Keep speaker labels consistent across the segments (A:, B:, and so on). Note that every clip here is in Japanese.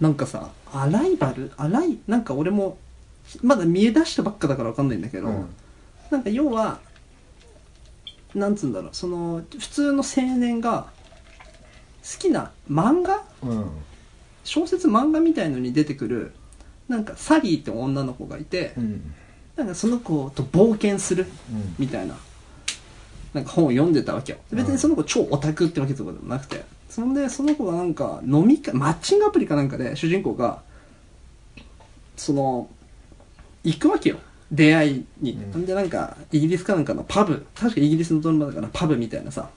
A: なんかさアライバルアライなんか俺もまだ見え出したばっかだから分かんないんだけど、
B: うん
A: なんか要はなんつうんだろうその普通の青年が好きな漫画
B: うん
A: 小説漫画みたいのに出てくるなんかサリーって女の子がいて、
B: うん
A: なんかその子と冒険する
B: うん
A: みたいななんか本を読んでたわけよで別
B: う
A: に
B: ん
A: その子超オタクってわけとかでもなくてそんでその子がなんか飲み会マッチングアプリかなんかで主人公がその行くわけよ出会いに、
B: うん
A: ほんでなんかイギリスかなんかのパブ確かイギリスのドラマだからパブみたいなさ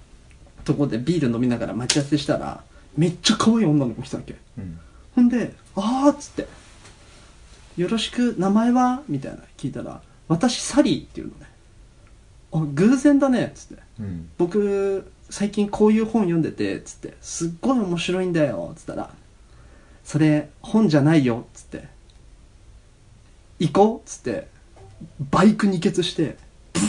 A: とこでビール飲みながら待ち合わせしたらめっちゃ可愛い女の子来たわけ
B: うん
A: ほんで「あー」っつって「よろしく名前は?」みたいな聞いたら「私サリー」っていうのね「あ偶然だね」っつって
B: うん
A: 「僕最近こういう本読んでて」っつって「すっごい面白いんだよ」っつったら「それ本じゃないよ」っつって「行こう」っつってバイクに決して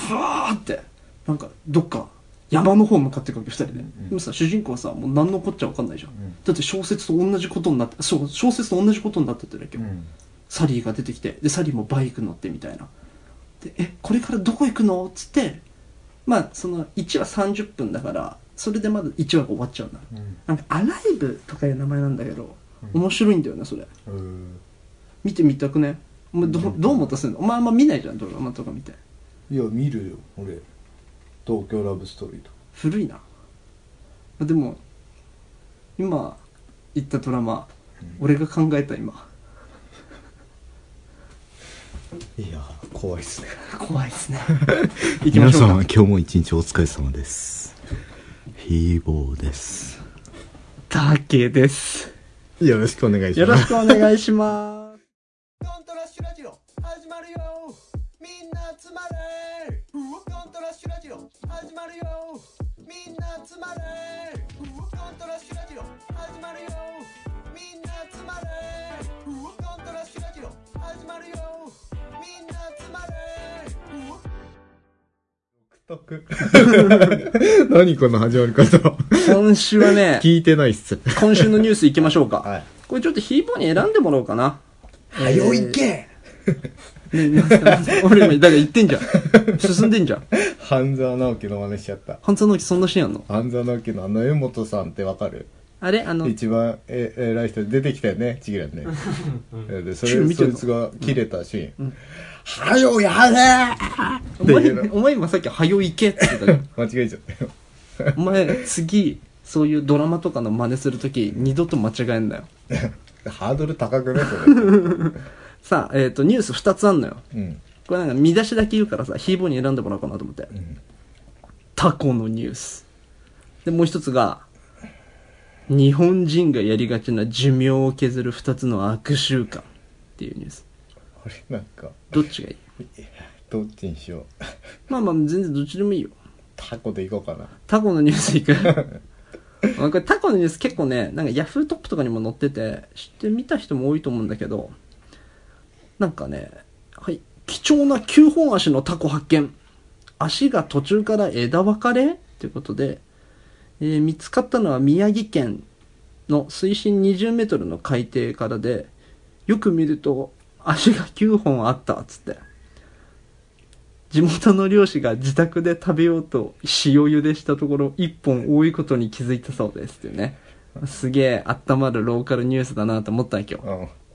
A: ブワーってなんかどっか山の方向かっていくわけ2人で、
B: うん
A: でもさ主人公はさもう何のこっちゃ分かんないじゃ
B: う
A: ん
B: ん
A: だって小説と同じことになってそう小説と同じことになってただけ、
B: うん
A: サリーが出てきてでサリーもバイク乗ってみたいなでえこれからどこ行くのっつってまあその1話30分だからそれでまだ1話が終わっちゃうな
B: うん
A: なんか「アライブ」とかいう名前なんだけど
B: うん
A: 面白いんだよねそれ
B: うん
A: 見てみたくねお前ど
B: うん
A: どう思ったすんのお前あんま見ないじゃんドラマとか見て
B: いや見るよ俺東京ラブストーリーとか
A: 古いなまあでも今言ったドラマ俺が考えた今
B: いや怖いっすね
A: 怖いですね行きま
C: 皆
A: しょうか
C: 様今日も一日お疲れ様ですヒーボーです
A: だけです。
C: よろしくお願い
A: よろしくお願いします。
D: コントラッシュラジオ始まるよみんな集まれコントラッシュラジオ始まるよみんな集まれコントラッシュラジオ始まるよみんな集まれコントラッシュラジオ始まるよみんな集まれ
C: 何この始まり方
A: 今週はね、
C: 聞いてないっす
A: 今週のニュース行きましょうか。
B: はい
A: これちょっとヒーボーに選んでもらおうかな。
B: はよいけ
A: ね、なんすかなんすか俺今、だから言ってんじゃん。進んでんじゃん。
B: 半沢直樹の真似しちゃった
A: 半沢直樹そんなシーンあんの
B: 半沢直樹のあの江本さんってわかる
A: あれあの、
B: 一番え偉い人出てきたよねちぎらねでそ
A: シュ
B: れ
A: ン見
B: そ
A: てん
B: い
A: の
B: つが切れたシーン「はよやれ!」
A: お前
B: っていう、
A: お前今さっき、はよ行けって言ったじゃん。
B: 間違えちゃったよ
A: お前、次、そういうドラマとかの真似するとき、二度と間違えんなよ。
B: ハードル高くね そ
A: さあ、えっ、と、ニュース二つあんのよ。
B: れ、うん、
A: これなんか見出しだけ言うからさ、ヒーボーに選んでもらおうかなと思って。タコのニュース。で、もう一つが、日本人がやりがちな寿命を削る二つの悪習慣っていうニュース。
B: これなんか
A: どっちがいい
B: どっちにしよう
A: まあまあ、全然どっちでもいいよ。
B: タコでいこうかな
A: タコのニュースいく まあこれタコのニュース結構ね、なんかヤフートップとかにも載ってて、知ってみた人も多いと思うんだけど、なんかね、はい、貴重な9本足のタコ発見。足が途中から枝分かれということで、えー見つかったのは宮城県の水深20メートルの海底からで、よく見ると足が9本あったっつって。地元の漁師が自宅で食べようと塩茹でしたところ1本多いことに気づいたそうですっていうねすげえ温まるローカルニュースだなと思ったわけよ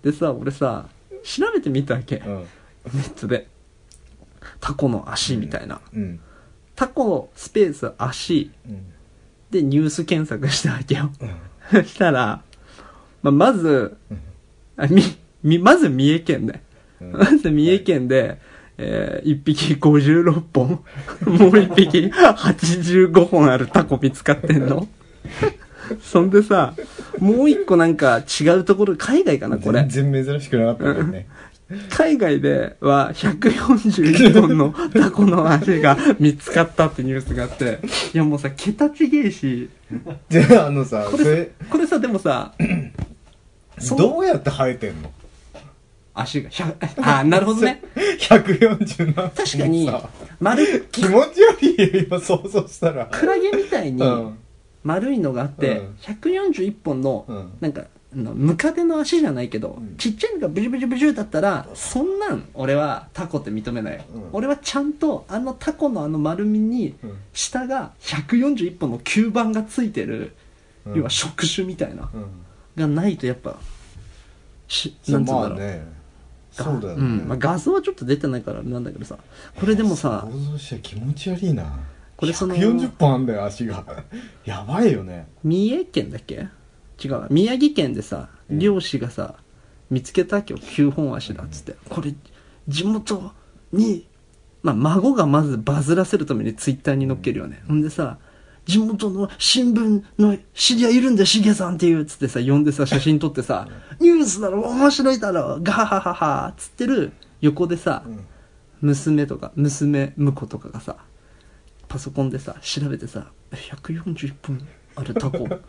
B: うん
A: でさ俺さ調べてみたわけ
B: うん
A: ネットでタコの足みたいな、
B: うん
A: タコスペース足
B: うん
A: でニュース検索したわけよ、 そしたら、まあ、まずあみみまず三重県ね
B: うん
A: まず三重県で、えー、1匹56本、 もう1匹85本あるタコ見つかって んの。そんでさ、もう一個なんか違うところ、海外かな、これ。
B: 全然珍しくなかったもん ね
A: 海外では141本のタコの足が見つかったってニュースがあって、いやもうさ、桁違えし、
B: じゃああのさ
A: こ
B: それ
A: れ、これさ、でもさ、そう
B: どうやって生えてんの
A: 足が、100あ、なるほ どね。
B: 147
A: 確かに
B: さ、
A: 丸、
B: 気持ち悪いよ今想像したら
A: クラゲみたいに、
B: うん
A: 丸いのがあって、
B: うん
A: 141本の、
B: うん
A: なんかのムカデの足じゃないけど、ちっちゃいのがブジュブジュブジュだったらそんなん俺はタコって認めない、
B: うん
A: 俺はちゃんとあのタコのあの丸みに
B: うん
A: 下が141本の吸盤がついてる、
B: うん
A: 要は触手みたいな、
B: うん
A: がないとやっぱし
B: そ
A: な
B: うん
A: つうんだ
B: まあ
A: ろう、
B: ねそうだよね、
A: んまあ、画像はちょっと出てないからなんだけどさこれでもさ
B: 想像して気持ち悪いな
A: これその
B: 140本あんだよ足が やばいよね
A: 三重県だっけ違うわ宮城県でさ
B: うん
A: 漁師がさ、見つけた今日9本足だっつってこれ地元に、まあ、孫がまずバズらせるためにツイッターに載っけるよね、ほんでさ地元の新聞の知り合いいるんでしげさんっていうっつってさ呼んでさ写真撮ってさ「ニュースだろ面白いだろガハハハハ」っつってる横でさ、
B: うん
A: 娘とか娘婿とかがさパソコンでさ調べてさえ141分あれタコ え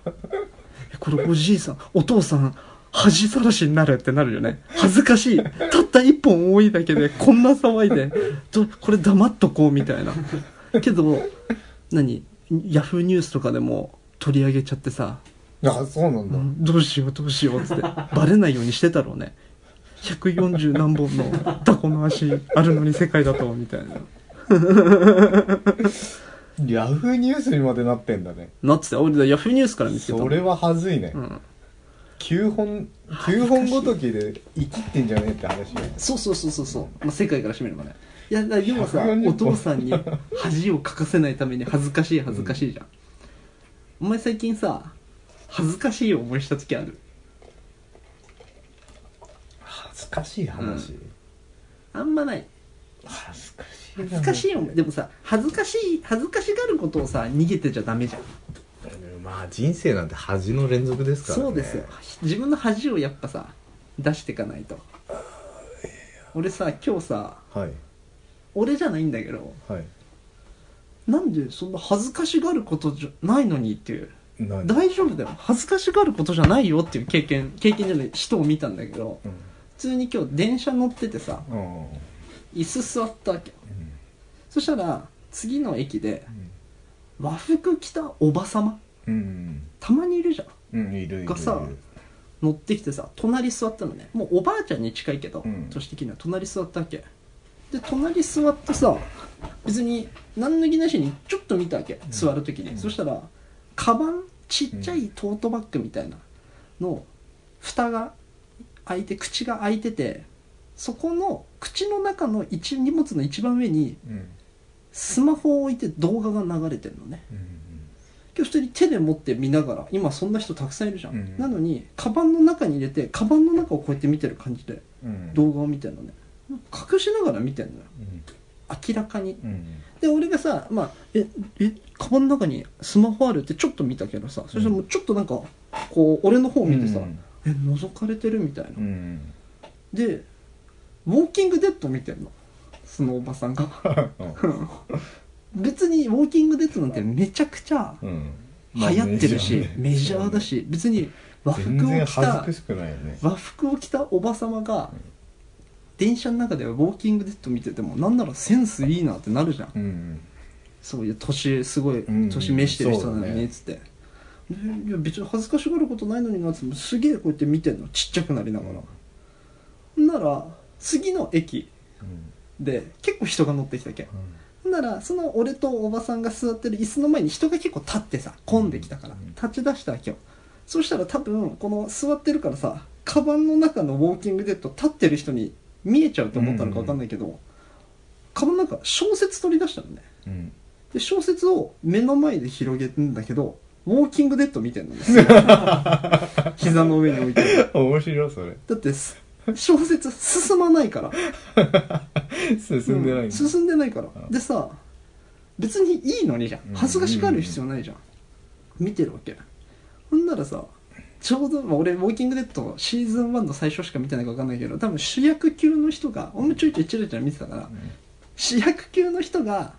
A: これおじいさんお父さん恥さらしになるってなるよね恥ずかしいたった1本多いだけでこんな騒いでどこれ黙っとこうみたいなけど何ヤフーニュースとかでも取り上げちゃってさ
B: あそうなんだ、
A: うんどうしようどうしようっつってバレないようにしてたろうね140何本のタコの足あるのに世界だとみたいな
B: ヤフーニュースにまでなってんだね
A: なってて俺ヤフーニュースから見つけたの
B: それははずいね、
A: うん、
B: 9本9本ごときで生きってんじゃねえって話よ
A: そうそうそうそうそう、まあ、世界からしてみればねいやだから要はさ
B: 140
A: お父さんに恥をかかせないために恥ずかしい恥ずかしいじゃん、お前最近さ恥ずかしい思いした時ある
B: 恥ずかしい話、
A: あんまない
B: 恥ずかしい
A: 恥ずかしい思いでもさ恥ずかしい恥ずかしがることをさ逃げてちゃダメじゃん
B: まあ人生なんて恥の連続ですからね
A: そうですよ自分の恥をやっぱさ出していかないと俺さ今日さ
B: はい
A: 俺じゃないんだけど
B: はい
A: なんでそんな恥ずかしがることじゃないのにっていう
B: ない
A: 大丈夫だよ恥ずかしがることじゃないよっていう経験経験じゃない人を見たんだけど
B: うん
A: 普通に今日電車乗っててさ
B: うん
A: 椅子座ったわけそしたら次の駅で
B: ん
A: 和服着たおばさま
B: うん
A: たまにいるじゃん
B: うんいるいる
A: がさ
B: いる
A: 乗ってきてさ隣座ったのねもうおばあちゃんに近いけど、
B: うん
A: 年的には隣座ったわけで隣座ってさ別に何の気なしにちょっと見たわけ、座る時に、そしたらカバンちっちゃいトートバッグみたいなの蓋が開いて口が開いててそこの口の中の一荷物の一番上に
B: うん
A: スマホを置いて動画が流れてるのね
B: うん
A: 今日普通に手で持って見ながら今そんな人たくさんいるじゃん、
B: うん
A: なのにカバンの中に入れてカバンの中をこうやって見てる感じで
B: うん
A: 動画を見てるのね隠しながら見てるのよ
B: うん
A: 明らかに
B: うん
A: で俺がさ「まあ、ええカバンの中にスマホある?」ってちょっと見たけどさそしたらもうちょっとなんかこう俺の方を見てさ「
B: うん
A: え覗かれてる?」みたいな、
B: うん
A: で「ウォーキングデッド」見てんのそのおばさ んが別にウォーキングデッドなんてめちゃくちゃ
B: うんまあ
A: 流行ってるし、メ
B: メ
A: ジ
B: ジ
A: ャ
B: ャ
A: ー
B: ー
A: だ
B: だ
A: し別に和
B: 全
A: 服を
B: 然
A: 着
B: 恥ず
A: た
B: かしくないよね
A: 和服を着たおばさまが電車の中でウォーキングデッド見ててもなんならセンスいいなってなるじゃん
B: うん
A: そういう年すごい
B: ん
A: 年召してる人な
B: そ
A: の
B: うだ
A: に
B: ね
A: っつって、でいや別に恥ずかしがることないのになっつってすげえこうやって見てんのちっちゃくなりながら、なら次の駅
B: うん
A: で結構人が乗ってきたけんならその俺とおばさんが座ってる椅子の前に人が結構立ってさ混んできたから
B: うん
A: 立ち出したわけよそしたら多分この座ってるからさカバンの中のウォーキングデッド立ってる人に見えちゃうと思ったのか分かんないけど、カバンの中小説取り出したのね
B: うん
A: で小説を目の前で広げるんだけどウォーキングデッド見てんのね膝の上に置いてる
B: 面白いそれ
A: だってす小説進まないから
B: 進んでない
A: うんん
B: だ
A: 進んでないから
B: あ
A: でさ別にいいのにじゃん
B: うん
A: 恥ずかしがる必要ないじゃん、見てるわけほんならさちょうど、まあ、俺「ウォーキングデッド」シーズン1の最初しか見てないか分かんないけど多分主役級の人が俺もちょいちょいチラチラ見てたから、
B: ん
A: 主役級の人が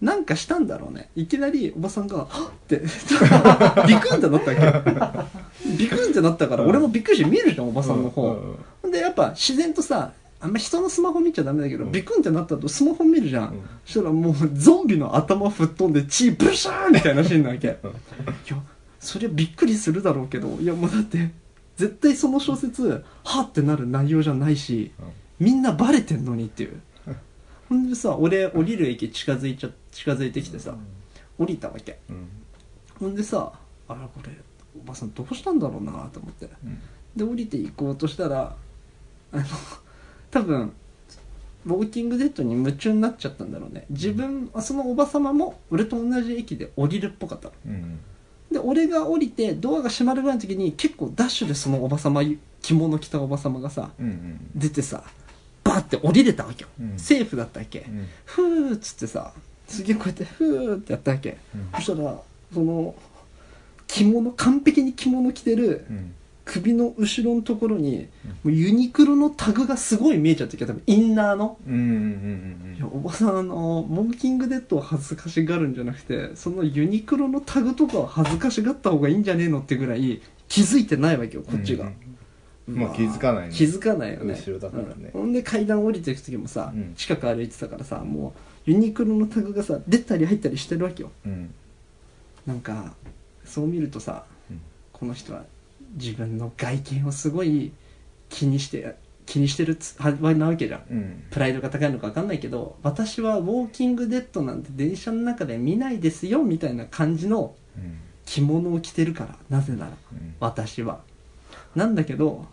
A: なんかしたんだろうねいきなりおばさんが「はっ!」って ビクンってなったわけビクンってなったから俺もびっくりして見えるじゃんおばさんの
B: う
A: 方、
B: んうん
A: ほんでやっぱ自然とさあんま人のスマホ見ちゃダメだけど、
B: うん
A: ビクンってなった後スマホ見るじゃん、
B: うん
A: そしたらもうゾンビの頭吹っ飛んで血ブシャーみたいなシーンなわけいやそりゃびっくりするだろうけどいやもうだって絶対その小説はってなる内容じゃないしみんなバレてんのにっていうほんでさ俺降りる駅近づいちゃ近づいてきてさ降りたわけ
B: うん
A: ほんでさあらこれおばさんどうしたんだろうなと思って
B: うん
A: で降りて行こうとしたらあの 多分ウォーキングデッドに夢中になっちゃったんだろうね自分そのおばさまも俺と同じ駅で降りるっぽかったの
B: うん
A: で俺が降りてドアが閉まるぐらいの時に結構ダッシュでそのおばさま着物着たおばさまがさ
B: うんうん
A: 出てさバーって降りれたわけよ、
B: うん
A: セーフだったわけ、
B: うん
A: ふーっつってさすげえこうやってふーってやったわけ、
B: うん
A: そしたらその着物完璧に着物着てる
B: うん
A: 首の後ろのところに、もうユニクロのタグがすごい見えちゃってるけど多分インナーの、
B: うんうん
A: いやおばさんあのモーキングデッドを恥ずかしがるんじゃなくてそのユニクロのタグとかを恥ずかしがった方がいいんじゃねえのってぐらい気づいてないわけよこっちが、
B: うんうんまあ気づかないね
A: 気づかないよね
B: 後ろだからね
A: うんほんで階段降りていく時もさ、
B: うん
A: 近く歩いてたからさもうユニクロのタグがさ出たり入ったりしてるわけよ
B: うん
A: なんかそう見るとさ
B: うん
A: この人は自分の外見をすごい気にして気にしてるつはなわけじゃん
B: うん
A: プライドが高いのか分かんないけど私はウォーキングデッドなんて電車の中で見ないですよみたいな感じの
B: うん
A: 着物を着てるからなぜなら
B: うん
A: 私はなんだけど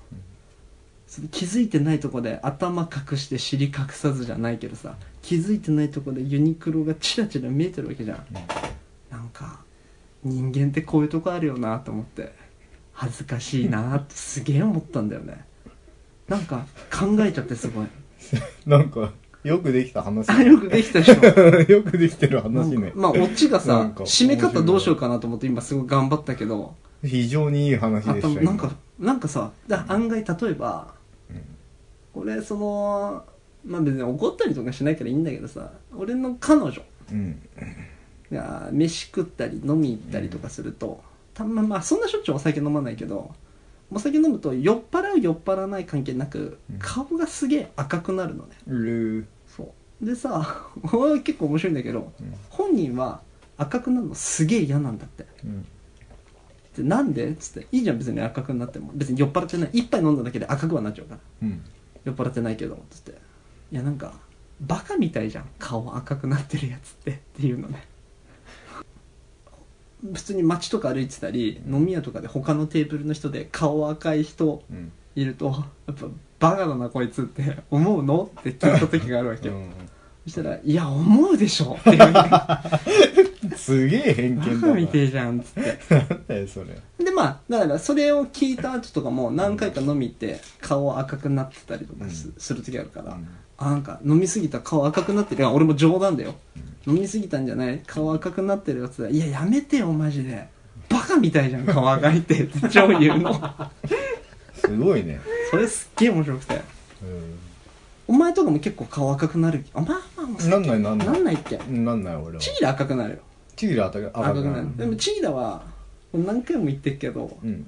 A: その気づいてないとこで頭隠して尻隠さずじゃないけどさ気づいてないとこでユニクロがチラチラ見えてるわけじゃん、なんか人間ってこういうとこあるよなと思って恥ずかしいなってすげえ思ったんだよねなんか考えちゃってすごい
B: なんか よくできた話
A: あよくできたでしょ
B: よくできてる
A: なん
B: 話
A: か
B: ね
A: まあオチが
B: な
A: さ
B: んか
A: 締め方どうしようかなと思って今すごい頑張ったけど
B: 非常にいい話
A: あ
B: で
A: と
B: した
A: なんかなんかさだ案外例えば、俺そのまあ別に怒ったりとかしないからいいんだけどさ俺の彼女
B: うん
A: が飯食ったり飲み行ったりとかすると、たままあそんなしょっちゅうお酒飲まないけどお酒飲むと酔っ払う酔っ払わない関係なく
B: うん
A: 顔がすげえ赤くなるのね、
B: ルー
A: そうでさ これ結構面白いんだけど、
B: うん
A: 本人は赤くなるのすげえ嫌なんだって
B: うん
A: でなんでっつって「いいじゃん別に赤くなっても別に酔っ払ってない一杯飲んだだけで赤くはなっちゃうから
B: うん
A: 酔っ払ってないけど」つって「いやなんかバカみたいじゃん顔赤くなってるやつって」っていうのね普通に街とか歩いてたり飲み屋とかで他のテーブルの人で顔赤い人
B: うん
A: いるとやっぱバカだなこいつって思うのって聞いた時があるわけ
B: う
A: よ、
B: ん
A: そしたら「いや思うでしょ」っていう、ね、バ
B: すげえ偏見だ
A: カ
B: な
A: みてえじゃんっつって
B: なんだよそれ
A: でまあだからそれを聞いた後とかも何回か飲み行って顔赤くなってたりとかす,、
B: うん
A: する時あるから、
B: うん
A: あなんか飲みすぎた顔赤くなってるいや俺も冗談だよ、飲みすぎたんじゃない顔赤くなってるやつだいややめてよマジでバカみたいじゃん顔赤いってって超言うの
B: すごいね
A: それすっげえ面白くてお前とかも結構顔赤くなるあまあまあま
B: うんなんないなんな
A: あ
B: い
A: なんないっけ
B: うんなんない俺は
A: チーラ赤くなるよ
B: チーラ当たり
A: 赤
B: 当
A: く
B: た
A: な
B: り
A: るでもチーラは何回も言ってるけど
B: うん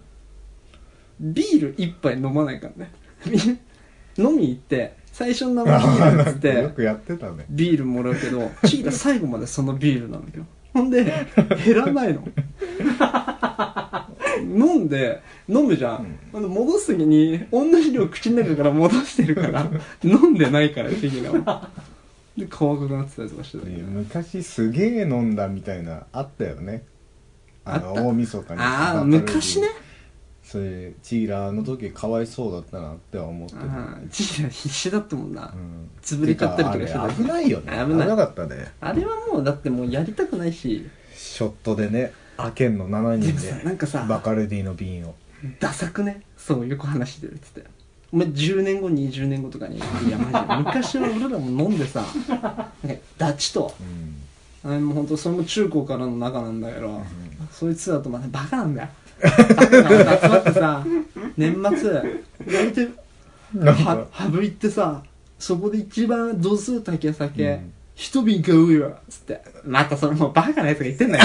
A: ビール一杯飲まないからね 飲み行って最初の生ビールっつ っ て
B: よくやってたね
A: ビールもらうけ どチーラ最後までそのビールなんだけどほんで減らな いの飲んで飲むじゃん、ほんで戻す時に同じ量口の中から戻してるから 飲んでないからチーラはで乾くなってたりとかしてたけど
B: 昔すげえ飲んだみたいなあったよねあの
A: あった
B: 大晦日に
A: ああ
B: 語られる
A: 昔ね
B: それチーラーの時かわいそうだったなって思ってる
A: あーチーラ必死だったもん
B: う
A: な、
B: ん
A: 潰れちゃったりとかしててた
B: あれ危ないよね
A: 危ない
B: かったね
A: あれはもうだってもうやりたくないし
B: ショットでね開けんの7
A: で
B: 人
A: もさ
B: で
A: なんかさ
B: バカルディの瓶を
A: ダサくねそういう話してるっつってお前10年後20年後とかにいやマジで昔は俺らも飲んでさなんかダチと
B: うん
A: あれも本当それも中高からの仲なんだけど、そいつだとまたバカなんだよバカが集まってさ年末やめて
B: なん
A: は
B: か
A: ハブ行ってさそこで一番度数高い
B: う
A: 酒
B: ん
A: 一、瓶買うよつってまたそれもうバカなやつが言っ てんだよ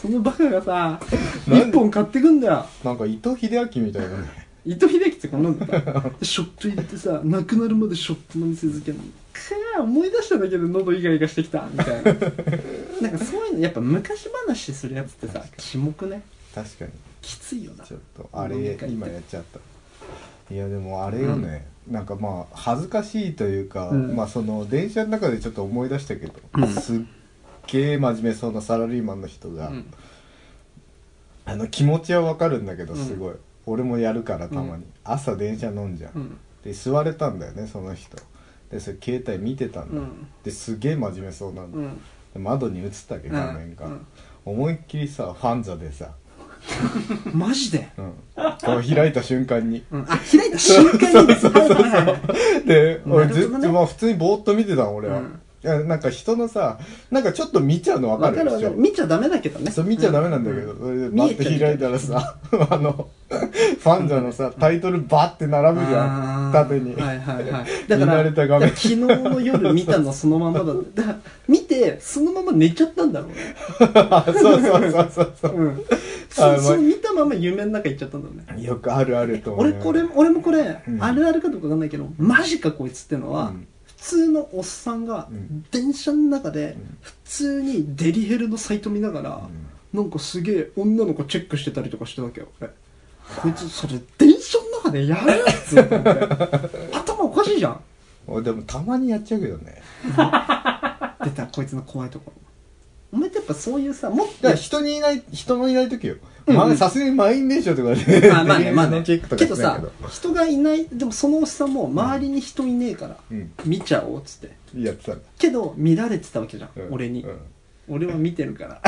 A: そのバカがさ
B: なんで
A: 一本買ってくんだよ
B: なんか伊藤英明みたいなね
A: 伊藤英樹ってこんなんだ ったでショット入れてさなくなるまでショット飲み続けるのくー思い出しただけで喉イガイガしてきたみた いななんかそういうのやっぱ昔話するやつってさキモくね
B: 確かに
A: きついよな
C: ちょっとあ
A: 飲み
C: れ
A: 会
C: 今やっちゃったいやでもあれよね、なんかまあ恥ずかしいというか、
A: うん
C: まあその電車の中でちょっと思い出したけど、
A: うん
C: すっげえ真面目そうなサラリーマンの人が、
A: うん
C: あの気持ちはわかるんだけど
A: うん
C: すごい、俺もやるからたまに、朝電車飲んじゃん、
A: うん
C: で座れたんだよねその人でそれ携帯見てたん
A: う
C: だ、
A: ん
C: ですげえ真面目そうなんだ、
A: うん
C: で窓に映ったわけ画面が、
A: うん
C: 思いっきりさファンザでさ、
A: マジで
C: うん、こう開いた瞬間に
A: うんあ開いた瞬間にねはいはいはいはい
C: で、
A: なる
C: 俺
A: ほどね
C: ずっと、まあ普通にぼーっと見てたの、俺は。
A: うん
C: いやなんか人のさ、なんかちょっと見ちゃうの
A: わ
C: 分
A: か
C: かる
A: る
C: で
A: わ
C: し
A: かる
C: ょ。
A: 見ちゃダメだけどね
C: そう見ちゃダメなんだけど、
A: う
C: それで
A: 見
C: バ
A: え
C: ッ
A: ちゃ
C: て
A: う
C: 開いたらさ、 あの、ファンザのさ、タイトルバーって並ぶじゃ
A: あ
C: ん、
A: ー
C: 縦に。
A: はいはいはいだから
C: 見慣れた画面
A: だから昨日の夜見たのそのままだっただから見てそのまま寝ちゃったんだろうね
C: あ そうそうそうそうそう
A: うん
C: あ
A: そ
C: ま
A: その見たまま夢の中行っちゃったんだろうね。
C: よくあるあると思う
A: 俺
C: よ。
A: これ俺もこれ、
C: うん
A: あるあるかどうかわかんないけどマジかこいつってのは、
C: うん
A: 普通のおっさんが
C: うん
A: 電車の中で
C: ん
A: 普通にデリヘルのサイト見ながら、なんかすげえ女の子チェックしてたりとかしてたわけよ俺こいつそれ電車の中でやるやつって思 って頭おかしいじゃん
C: 俺でもたまにやっちゃうけどね。
A: 出たこいつの怖いところお前ってやっぱそういうさもっ
C: だ
A: と
C: から人にいない、人のいない時よ。
A: うん
C: まあさすがに満員電車とかで、
A: まあまあねまあね
C: チェックとか
A: け
C: し
A: ど
C: ない
A: さ
C: けど。
A: 人がいないでもそのおっさんも周りに人いねえから、
C: うん、
A: 見ちゃおうっつって
C: やってたんだ。
A: けど見られてたわけじゃん、
C: うん
A: 俺に、
C: うん
A: 俺は見てるから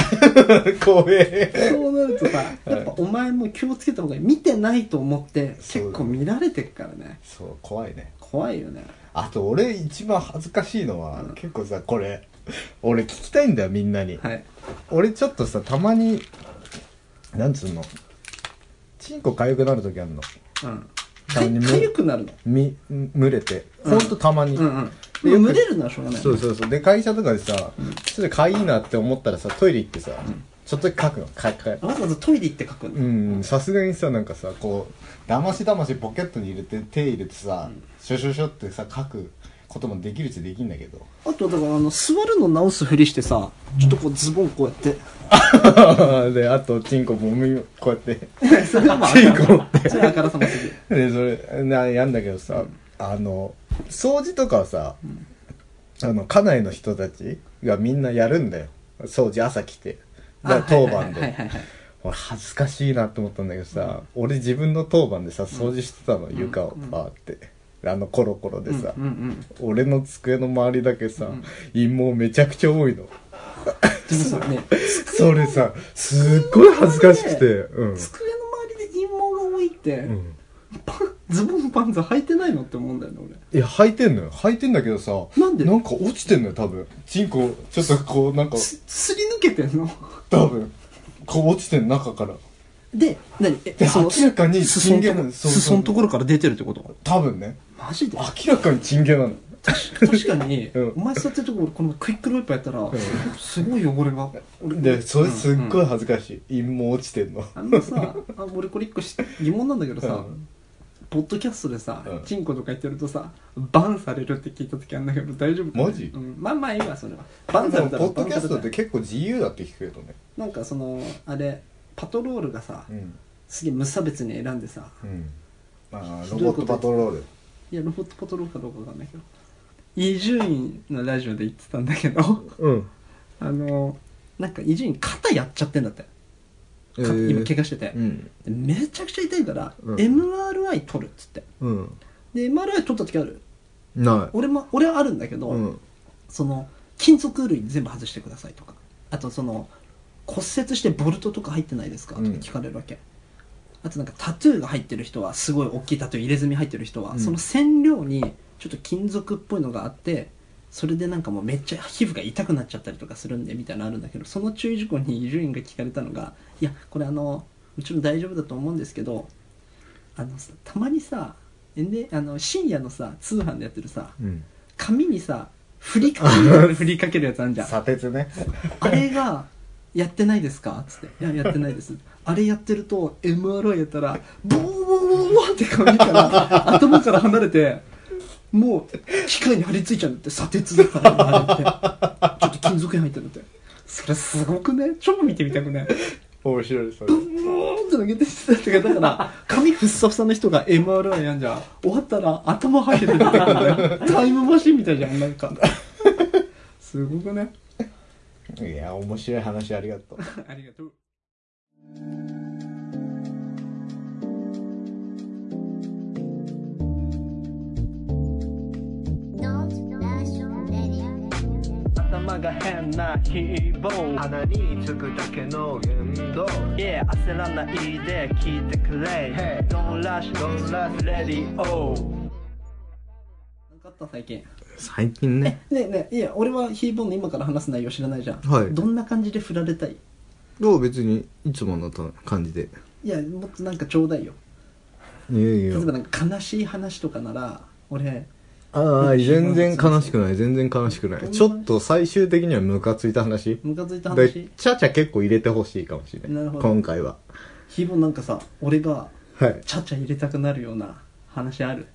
C: 怖え
A: そうなるとさやっぱお前も気をつけた方がいい見てないと思って
C: そうだね
A: 結構見られてるからね
C: そう怖いね
A: 怖いよね
C: あと俺一番恥ずかしいのは、
A: うん
C: 結構さこれ俺聞きたいんだよみんなに、
A: はい
C: 俺ちょっとさたまになんつうのチンコ痒くなる時あるの
A: うん
C: たまに
A: かゆくなるの
C: み群れてほんとたまに、
A: うんうん
C: で
A: まあ群
C: よく
A: れるのはしょうがない
C: そうそうそうで会社とかでさ、ちょっとかいいなって思ったらさトイレ行ってさ、ちょっとだけ書くのかか
A: わざわざトイレ行って書くんだ、
C: うんさすがにさなんかさこうだましだましポケットに入れて手入れてさ、シュシュシュってさ書くこともできるっちゃできんだけ ど
A: あとだからあの座るの直すふりしてさちょっとこうズボンこうやって
C: であとチンコもみこうやって
A: それはまあ
C: チンコ持って
A: それはあからさますぎ
C: でそれなやんだけどさ、あの掃除とかはさ、あの家内の人たちがみんなやるんだよ掃除朝来てだから当番
A: はいはい
C: で
A: はいはいはい
C: 俺恥ずかしいなって思ったんだけどさ、俺自分の当番でさ掃除してたの、床をバーって、あのコロコロでさ、
A: うんうん
C: 俺の机の周りだけさ、陰謀めちゃくちゃ多いの
A: でもさね
C: それさすっごい恥ずかしくて、う
A: 机の周
C: ん、
A: りで陰謀が多いって、
C: うん
A: パンズボンパンツ履いてないのって思うんだよね俺
C: いや、履いてんのよ。履いてんだけどさ。
A: なんで
C: なんか落ちてんのよ、多分。チンコ、ちょっとこう、なんか、
A: すすり抜けてんの
C: 多分。こう落ちてんの、中から。
A: で何え
C: で明らかに
A: 裾のと
C: 人間
A: こ
C: のそうそう
A: 裾のところから出てるってこと
C: 多分ね。
A: マジで
C: 明らかにチンゲなの。
A: 確かに、
C: うん
A: お前座ってるとこ俺このクイックループやったら、すごい汚れが俺
C: で、それすっ
A: うんう
C: ご
A: ん
C: い恥ずかしい。陰謀落ちてんの。
A: あのさあ俺これ一個し疑問なんだけどさ、
C: うん
A: ポッドキャストでさ、
C: うん
A: チンコとか言ってるとさバンされるって聞いた時あるんだけど大丈夫
C: マジ
A: うん、まあまあいいわそれはバン
C: で
A: さ
C: も
A: れた
C: ポ
A: ら
C: ッド
A: バン
C: キ
A: さ
C: ャ
A: れ
C: ス
A: た
C: トっ
A: ら
C: て結構自由だって聞くけどね。
A: なんかそのあれパトロールがさ、
C: うん。
A: すげえ無差別に選んでさ
C: うん。まあ、
A: ひ
C: ロ
A: ど
C: ボ
A: い
C: ッ
A: こと
C: トパトロール。
A: いやロボットパトロールかどうかわかんないけど伊集院のラジオで言ってたんだけど
C: うん。
A: あのなんか伊集院肩やっちゃってんだって、か今怪我してて、
C: ん。
A: でめちゃくちゃ痛いから、
C: うん
A: MRI 取るっつって
C: うん。
A: で MRI 取った時ある
C: な
A: 俺も俺はあるんだけど、
C: うん。
A: その金属類全部外してくださいとかあとその骨折してボルトとか入ってないですかとか
C: うん
A: 聞かれるわけ、あとなんかタトゥーが入ってる人はすごい大きいタトゥー入れ墨入ってる人は、
C: うん
A: その染料にちょっと金属っぽいのがあってそれでなんかもうめっちゃ皮膚が痛くなっちゃったりとかするんでみたいなのあるんだけどその注意事項に伊集院が聞かれたのがいやこれあのもちろん大丈夫だと思うんですけどあのさたまにさであの深夜のさ通販でやってるさ、
C: うん。
A: 紙にさふりかける 振りかけるやつあんじゃん
C: 砂鉄ね。
A: あれが「やってないですか?」っつって「いややってないです」あれやってると MRI やったらボーボーボーボーって紙 から頭から離れてもう機械に張り付いちゃうんだって砂鉄だからあれってちょっと金属片入ってるんだってそれすごくね超見てみたくね
C: 面白いそれ
A: ブーンって投げてたってだから髪ふっさふさの人が MRI やんじゃん終わったら頭生えてるってなん かタイムマシンみたいじゃんなん かすごくね
C: いや面白い話ありがとう
A: ありがとう
E: 頭が変な希望
F: 鼻につくだけの言動
E: いや焦らないで聞いてくれ
F: Hey
E: ドンラッシュドンラッシュレディオ
A: なんかあった最近
G: 最近ね
A: ねえねえいや俺はヒーボーンの今から話す内容知らないじゃん、
G: はい
A: どんな感じで振られたい
G: どう別にいつものと感じで
A: いやもっとなんかちょうだいよ
G: いや
A: 例
G: い
A: え
G: や
A: ばなんか悲しい話とかなら俺
G: ああ全然悲しくない全然悲しくないちょっと最終的にはムカついた話
A: ムカついた
G: で
A: 話
G: チャチャ結構入れてほしいかもしれ
A: な
G: な
A: る
G: い
A: ほど
G: 今回は
A: ヒーボーンなんかさ俺が
G: はい
A: ちゃちゃ入れたくなるような話ある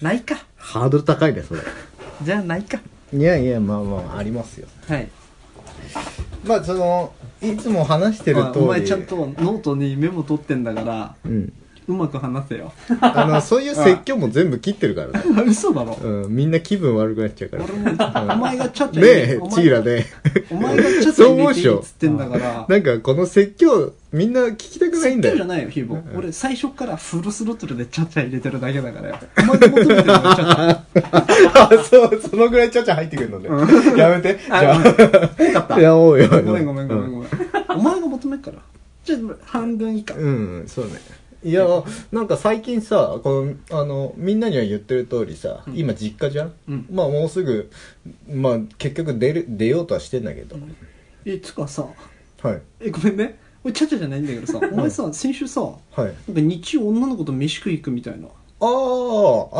A: ないか
G: ハードル高いねそれ
A: じゃあないか
C: いやいやまあまあありますよ
A: はい
C: まあそのいつも話してる通り
A: お前ちゃんとノートにメモ取ってんだから
G: うん
A: うまく話せよ
G: あのそういう説教も全部切ってるからね
A: 嘘だろ
G: うんみんな気分悪くなっちゃうから
A: 俺もお前がちゃちゃ
G: ねえチーラね
A: お前がちゃちゃ入れていいっつってんだから
G: なんかこの説教みんな聞きたくないん
A: 説
G: だ
A: 教じゃ
G: よ
A: ないよヒーボー俺最初からフルスロットルでちゃちゃ入れてるだけだか らよお前が求めてるのはちゃちゃ
C: あそうそのぐらいチャチャ入ってくるのねやめ てじゃ
A: よかった
G: いやおうよ
A: ごめんごめんごめんごめんお前が求めっからじゃあ半分以下
G: うんそうねいやなんか最近さこのあのみんなには言ってる通りさ、今実家じゃん、
A: うん
G: まあもうすぐまあ結局出る出ようとはしてんだけど、
A: えつかさ
G: はい
A: えごめんね俺ちゃちゃじゃないんだけどさお前さ先週さ
G: はい
A: なんか日曜女の子と飯食い行くみたいな
C: あああ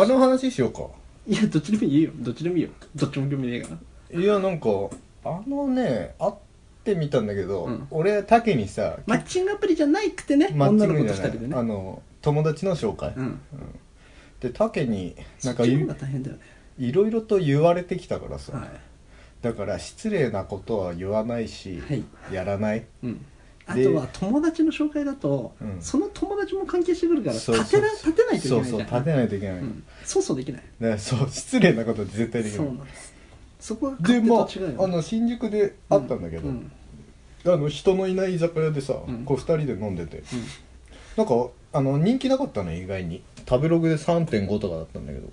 C: の話しようか
A: いやどっちでもいいよどっちでもいいよどっちも興味ねえから
C: いやなんかあのね会ってみたんだけど、
A: うん
C: 俺竹にさ
A: マッチングアプリじゃないくてね
C: マッチ
A: 女
C: ン
A: の
C: グ
A: 子
C: じ
A: と
C: ゃ
A: 二
C: ない
A: 人で
C: あ
A: ね
C: の友達の紹介、
A: うん
C: で竹に
A: な
C: なんん
A: かそ
C: か
A: っち
C: い
A: の方が大変だよね
C: いろいろと言われてきたからさ、
A: はい
C: だから失礼なことは言わないし、
A: はい
C: やらない
A: うんあ
C: で
A: とは友達の紹介だと、
C: うん
A: その友達も関係してくるから
C: そうそう
A: 立てな立てないといけないじゃん
C: そうそう立てないといけない、
A: うんそうそうできない
C: だからそう失礼なことって絶対でき
A: そ
C: な
A: う
C: い
A: なんですそこが
C: で
A: 勝手
C: ま
A: と違うよ、
C: ああの新宿で会ったんだけど、
A: うん
C: あの人のいない居酒屋でさ、
A: うん
C: こう2人で飲んでて、なんかあの人気なかったの意外に食べログで3.5とかだったんだけど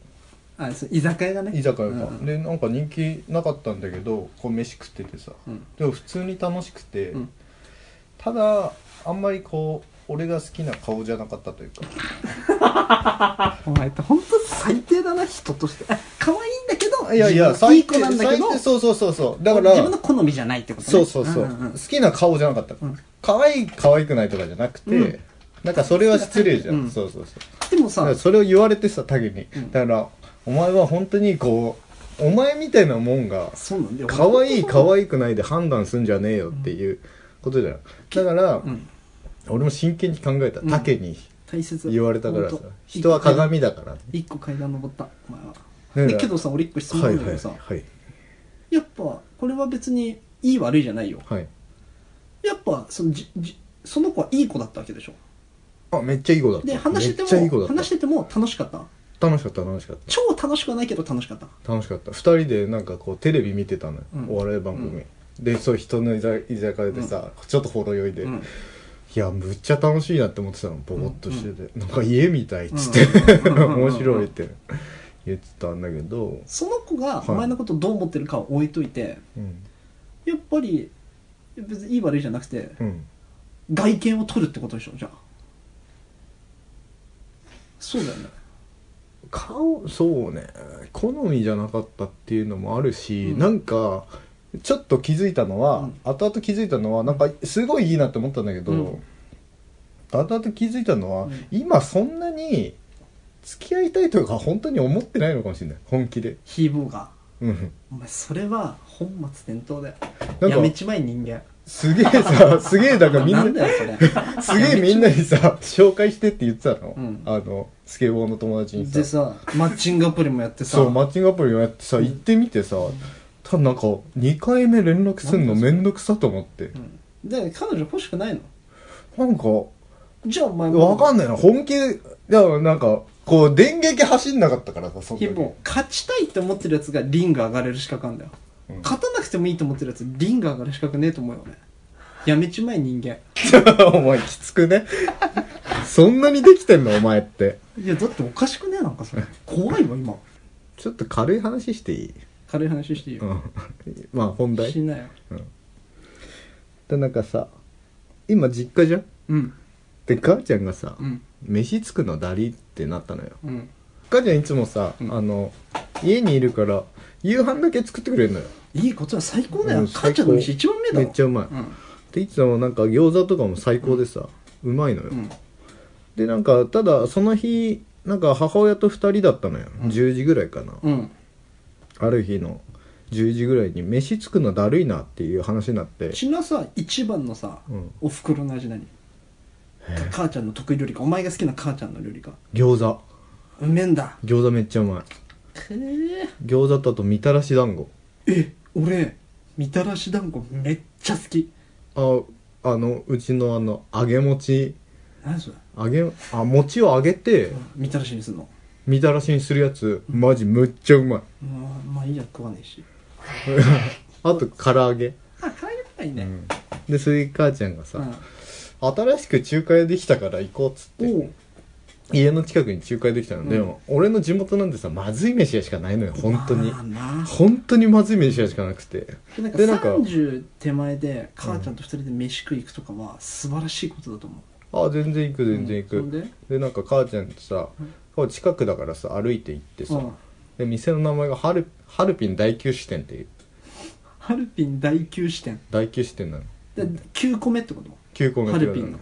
A: あそう居酒屋がね
C: 居酒屋か、
A: うん
C: でなんか人気なかったんだけどこう飯食っててさ、
A: うん
C: でも普通に楽しくて、
A: うん
C: ただあんまりこう俺が好きな顔じゃなかったというか
A: お前って本当最低だな人としてあ可愛いんだけど
C: いやいや
A: 自分いい子なんだけど
C: 最低そうそうそうそうだから
A: 自分の好みじゃないってことね
C: そうそうそう、
A: んん
C: 好きな顔じゃなかった、
A: ん
C: 可愛い可愛くないとかじゃなくて、
A: うん
C: なんかそれは失礼じゃん、
A: うん
C: そうそうそう
A: でも
C: だか
A: さ
C: らそれを言われてさタゲに、だからお前は本当にこうお前みたいなもんが
A: そうなんだよ
C: 可愛い可愛くないで判断すんじゃねえよっていうことじゃんだから、
A: ん
C: 俺も真剣に考えた
A: ん
C: タケに
A: 大切
C: 言われたからさ
A: 本当
C: 人は鏡だから
A: 一個階段登ったお前は
C: ね
A: で
C: え
A: けどさ俺一個質問
C: は
A: ないんだけ
C: はい
A: どさ、
C: はい
A: やっぱこれは別にいい悪いじゃないよ
C: はい
A: やっぱそのじじその子はいい子だったわけでしょ
C: あめっちゃいい子だった
A: で話して
C: めっちゃい
A: て
C: い子
A: も
C: だった
A: 話してても楽しかった
C: 楽しかった楽しかった
A: 超楽しくはないけど楽しか った
C: 楽しかった2人でなんかこうテレビ見てたのよ、
A: うん
C: お笑い番組、でそう人の居酒居酒屋でさ、ちょっとほろ酔いで、
A: うん
C: いやむっちゃ楽しいなって思ってたのぼーっとしてて、なんか家みたいっつって、 面白いって言ってたんだけど、
A: その子が
C: はい
A: お前のことどう思ってるかは置いといて
C: うん
A: やっぱり別にいい悪いじゃなくて
C: うん、
A: 外見を取るってことでしょじゃあそうだよね
C: 顔そうね好みじゃなかったっていうのもあるし、なんかちょっと気づいたのは、
A: うん
C: 後々気づいたのはなんかすごいいいなって思ったんだけど、
A: うん
C: 後々気づいたのは、
A: うん
C: 今そんなに付き合いたいとか本当に思ってないのかもしれない本気で、
A: ヒーボーが
C: うん、
A: お前それは本末転倒だよ
C: なんか
A: やめちまえ人間
C: すげえ さすげえだからみん
A: な
C: なん
A: だよそれ
C: すげえみんなにさ紹介してって言ってたの,、
A: うん
C: あのスケボーの友達に
A: でさマッチングアプリもやってさ
C: そうマッチングアプリをやってさ行ってみてさ、ただなんか2回目連絡すんのめんどくさと思って、
A: うんで彼女欲しくないの
B: なんか、
A: じゃあお前
B: わか
A: ん
B: んないな。本気で、いや、なんか、こう、電撃走んなかったからさ、その時
A: ヒッポン勝ちたいって思ってるやつがリング上がれる資格あんだよ、勝たなくてもいいと思ってるやつリング上がる資格ねえと思うよねやめちまえ人間
C: お前きつくねそんなにできてんのお前って
A: いやだっておかしくねえなんかそれ怖いわ今
C: ちょっと軽い話していい、
A: 軽い話していいよ、
C: うん、 まあ本題
A: しなよ
C: でなんかさ今実家じゃん
A: うん
C: で母ちゃんがさ、
A: うん
C: 飯つくのだりってなったのよ
A: うん
C: 母ちゃんいつもさ、あの家にいるから夕飯だけ作ってくれるのよ
A: いいことだ最高だよ、
C: うん
A: 母ちゃんの飯一番うめえだろ
C: めっちゃうまい、
A: うん
C: でいつもなんか餃子とかも最高でさ、うまいのよ、
A: ん
C: でなんかただその日なんか母親と2人だったのよ、10時ぐらいかな、
A: うん
C: ある日の10時ぐらいに飯つくのだるいなっていう話になって
A: ちなさ一番のさ、
C: うん
A: おふくろの味何母ちゃんの得意料理かお前が好きな母ちゃんの料理か
C: 餃子
A: うめえんだ
C: 餃子めっちゃうまい
A: へえ
C: 餃子とあとみたらし団子
A: え俺みたらし団子めっちゃ好き
C: ああのうちのあの揚げ餅
A: 何それ
C: 揚げあ餅を揚げて
A: みたらしにすんの
C: みたらしにするやつマジむっちゃうまい
A: うんまあいいや食わねえし
C: あと唐揚げ
A: あ帰ればいいね、
C: でそれで母ちゃんがさ、
A: うん
C: 新しく仲介できたから行こうっつって
A: おう
C: 家の近くに仲介できたの、でも俺の地元なんてさまずい飯屋しかないのよ本当に
A: まあな
C: 本当にまずい飯屋しかなくて
A: でなんか
C: でなんか
A: 30手前で母ちゃんと二人で飯食い行くとかは素晴らしいことだと思
C: あ全然行く全然行く、
A: うんそん
C: で
A: で
C: なんか母ちゃんとさ、こう近くだからさ歩いて行って
A: う、
C: さ、
A: うん、
C: で店の名前がハルハルピン大九支店っていう
A: ハルピン第9支店
C: 大九支店なの
A: で9個目ってこと
C: 9個目
A: ハ
C: くらい
A: ルピ
C: な
A: ンの、うん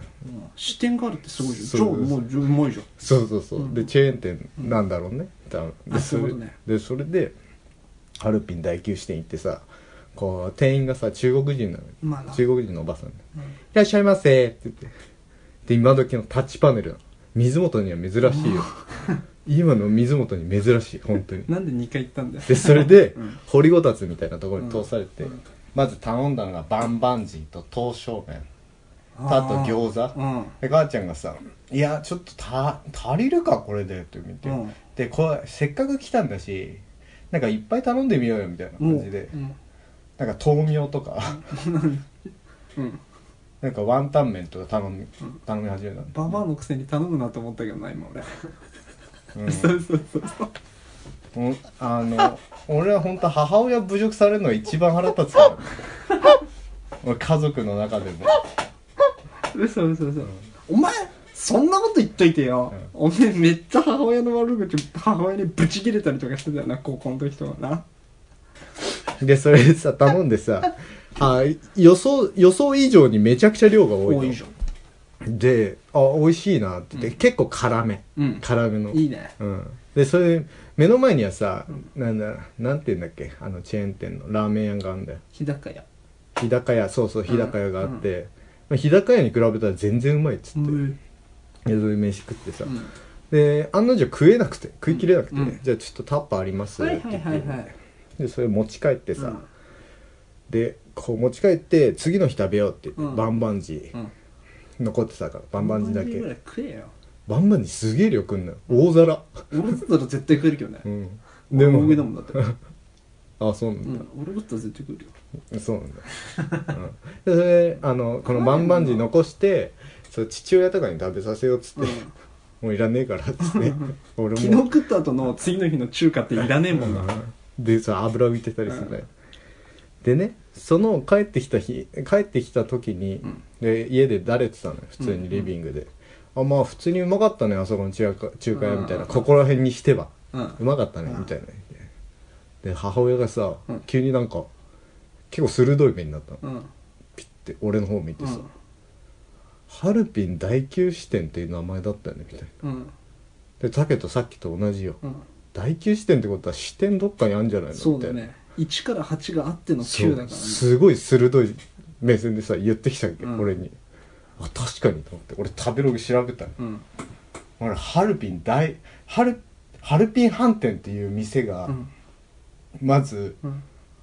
A: 支店があるってすごいじゃん
C: そう
A: 超もううまいじゃん
C: そうそうそう、でチェーン店なんだろうね多分
A: あ
C: でそれ
A: そういうことね
C: でそれでハルピン大九支店行ってさこう店員がさ中国人なのよ、
A: まあな
C: 中国人のおばさんで、いらっしゃいませ」って言ってで今時のタッチパネルなの水元には珍しいよ今の水元に珍しい本当に
A: なんで2回行ったんだよ
C: でそれで掘りごたつみたいなところに通されて、まず頼んだのがバンバンジーと刀削麺とあと餃子、
A: うん
B: で母ちゃんがさ「いやちょっとた足りるかこれで」って見て、
A: うん
B: でこうせっかく来たんだしなんかいっぱい頼んでみようよみたいな
A: も
B: 感
A: う
B: じで、
A: うん
B: なんか豆苗とか
A: うん
B: なんかワンタン麺とか頼み頼み始めたの
A: ババアのくせに頼むなと思ったけどな今俺、そうそうそうそう
B: うんあの俺は本当母親侮辱されるのが一番腹立つ から、俺家族の中でも
A: 嘘嘘嘘、お前そんなこと言っといてよ、お前めっちゃ母親の悪口母親にブチ切れたりとかしてたよな高校の時とかな
C: でそれでさ頼んでさあ予想予想以上にめちゃくちゃ量が多いの
A: 多いじゃん
C: であ美味しいなって言って、結構辛め、
A: うん
C: 辛めの
A: いいね
C: うん、でそれで目の前にはさ、なんだなんて言うんだっけあのチェーン店のラーメン屋があるんだよ
A: 日高屋
C: 日高屋そうそう日高屋があって、まあ日高屋に比べたら全然うまいっつって、
A: うん
C: でそれで飯食ってさ、で案の定食えなくて食いきれなくて、じゃあちょっとタッパーあります
A: はいはいはいはい
C: でそれ持ち帰ってさ、
A: うん
C: でこう持ち帰って次の日食べようって言って、
A: うん
C: バンバンジー、
A: うん
C: 残ってたからバンバンジーだ
A: バンバンジーぐら
C: け
A: い食えよ
C: バンバンジーすげえ量くんのよ大皿、
A: 俺だったら絶対食えるけどね、
C: うん、
A: でも大食いだもん だって、う
C: あそうなんだ、
A: ん、俺だったら絶対食えるよ
C: そうなんだ、うん、でそれあのこのバンバンジー残してそう父親とかに食べさせようっつって、もういらねえからっつ って俺
A: 昨日
C: も
A: 食った後の次の日の中華っていらねえもんな、
C: でさ油浮いてたりするね、でねその帰ってきた日帰ってきた時に、で家でだれてたのよ普通にリビングで、あまあ普通にうまかったねあそこの中華中華屋みたいな、ここら辺にしてば、
A: う
C: うんまかったね、みたいなで母親がさ、急になんか結構鋭い目になったの、
A: うん
C: ピッて俺の方見てさ、
A: うん
C: ハルピン第九支店っていう名前だったよねみたいな
A: うん
C: でタケとさっきと同じよ、
A: ん
C: 第九支店ってことは支店どっかにあるんじゃないの
A: そう
C: みた
A: だ
C: いな
A: ね1から8があっての
C: そ
A: 9
C: う
A: だからね
C: すごい鋭い目線でさ言ってきたわけ、
A: ん
C: 俺にあ確かにと思って俺食べログ調べたの
A: うん
B: 俺ハルピン大ハルハルピン飯店っていう店が、
A: うん
B: まず、
A: うん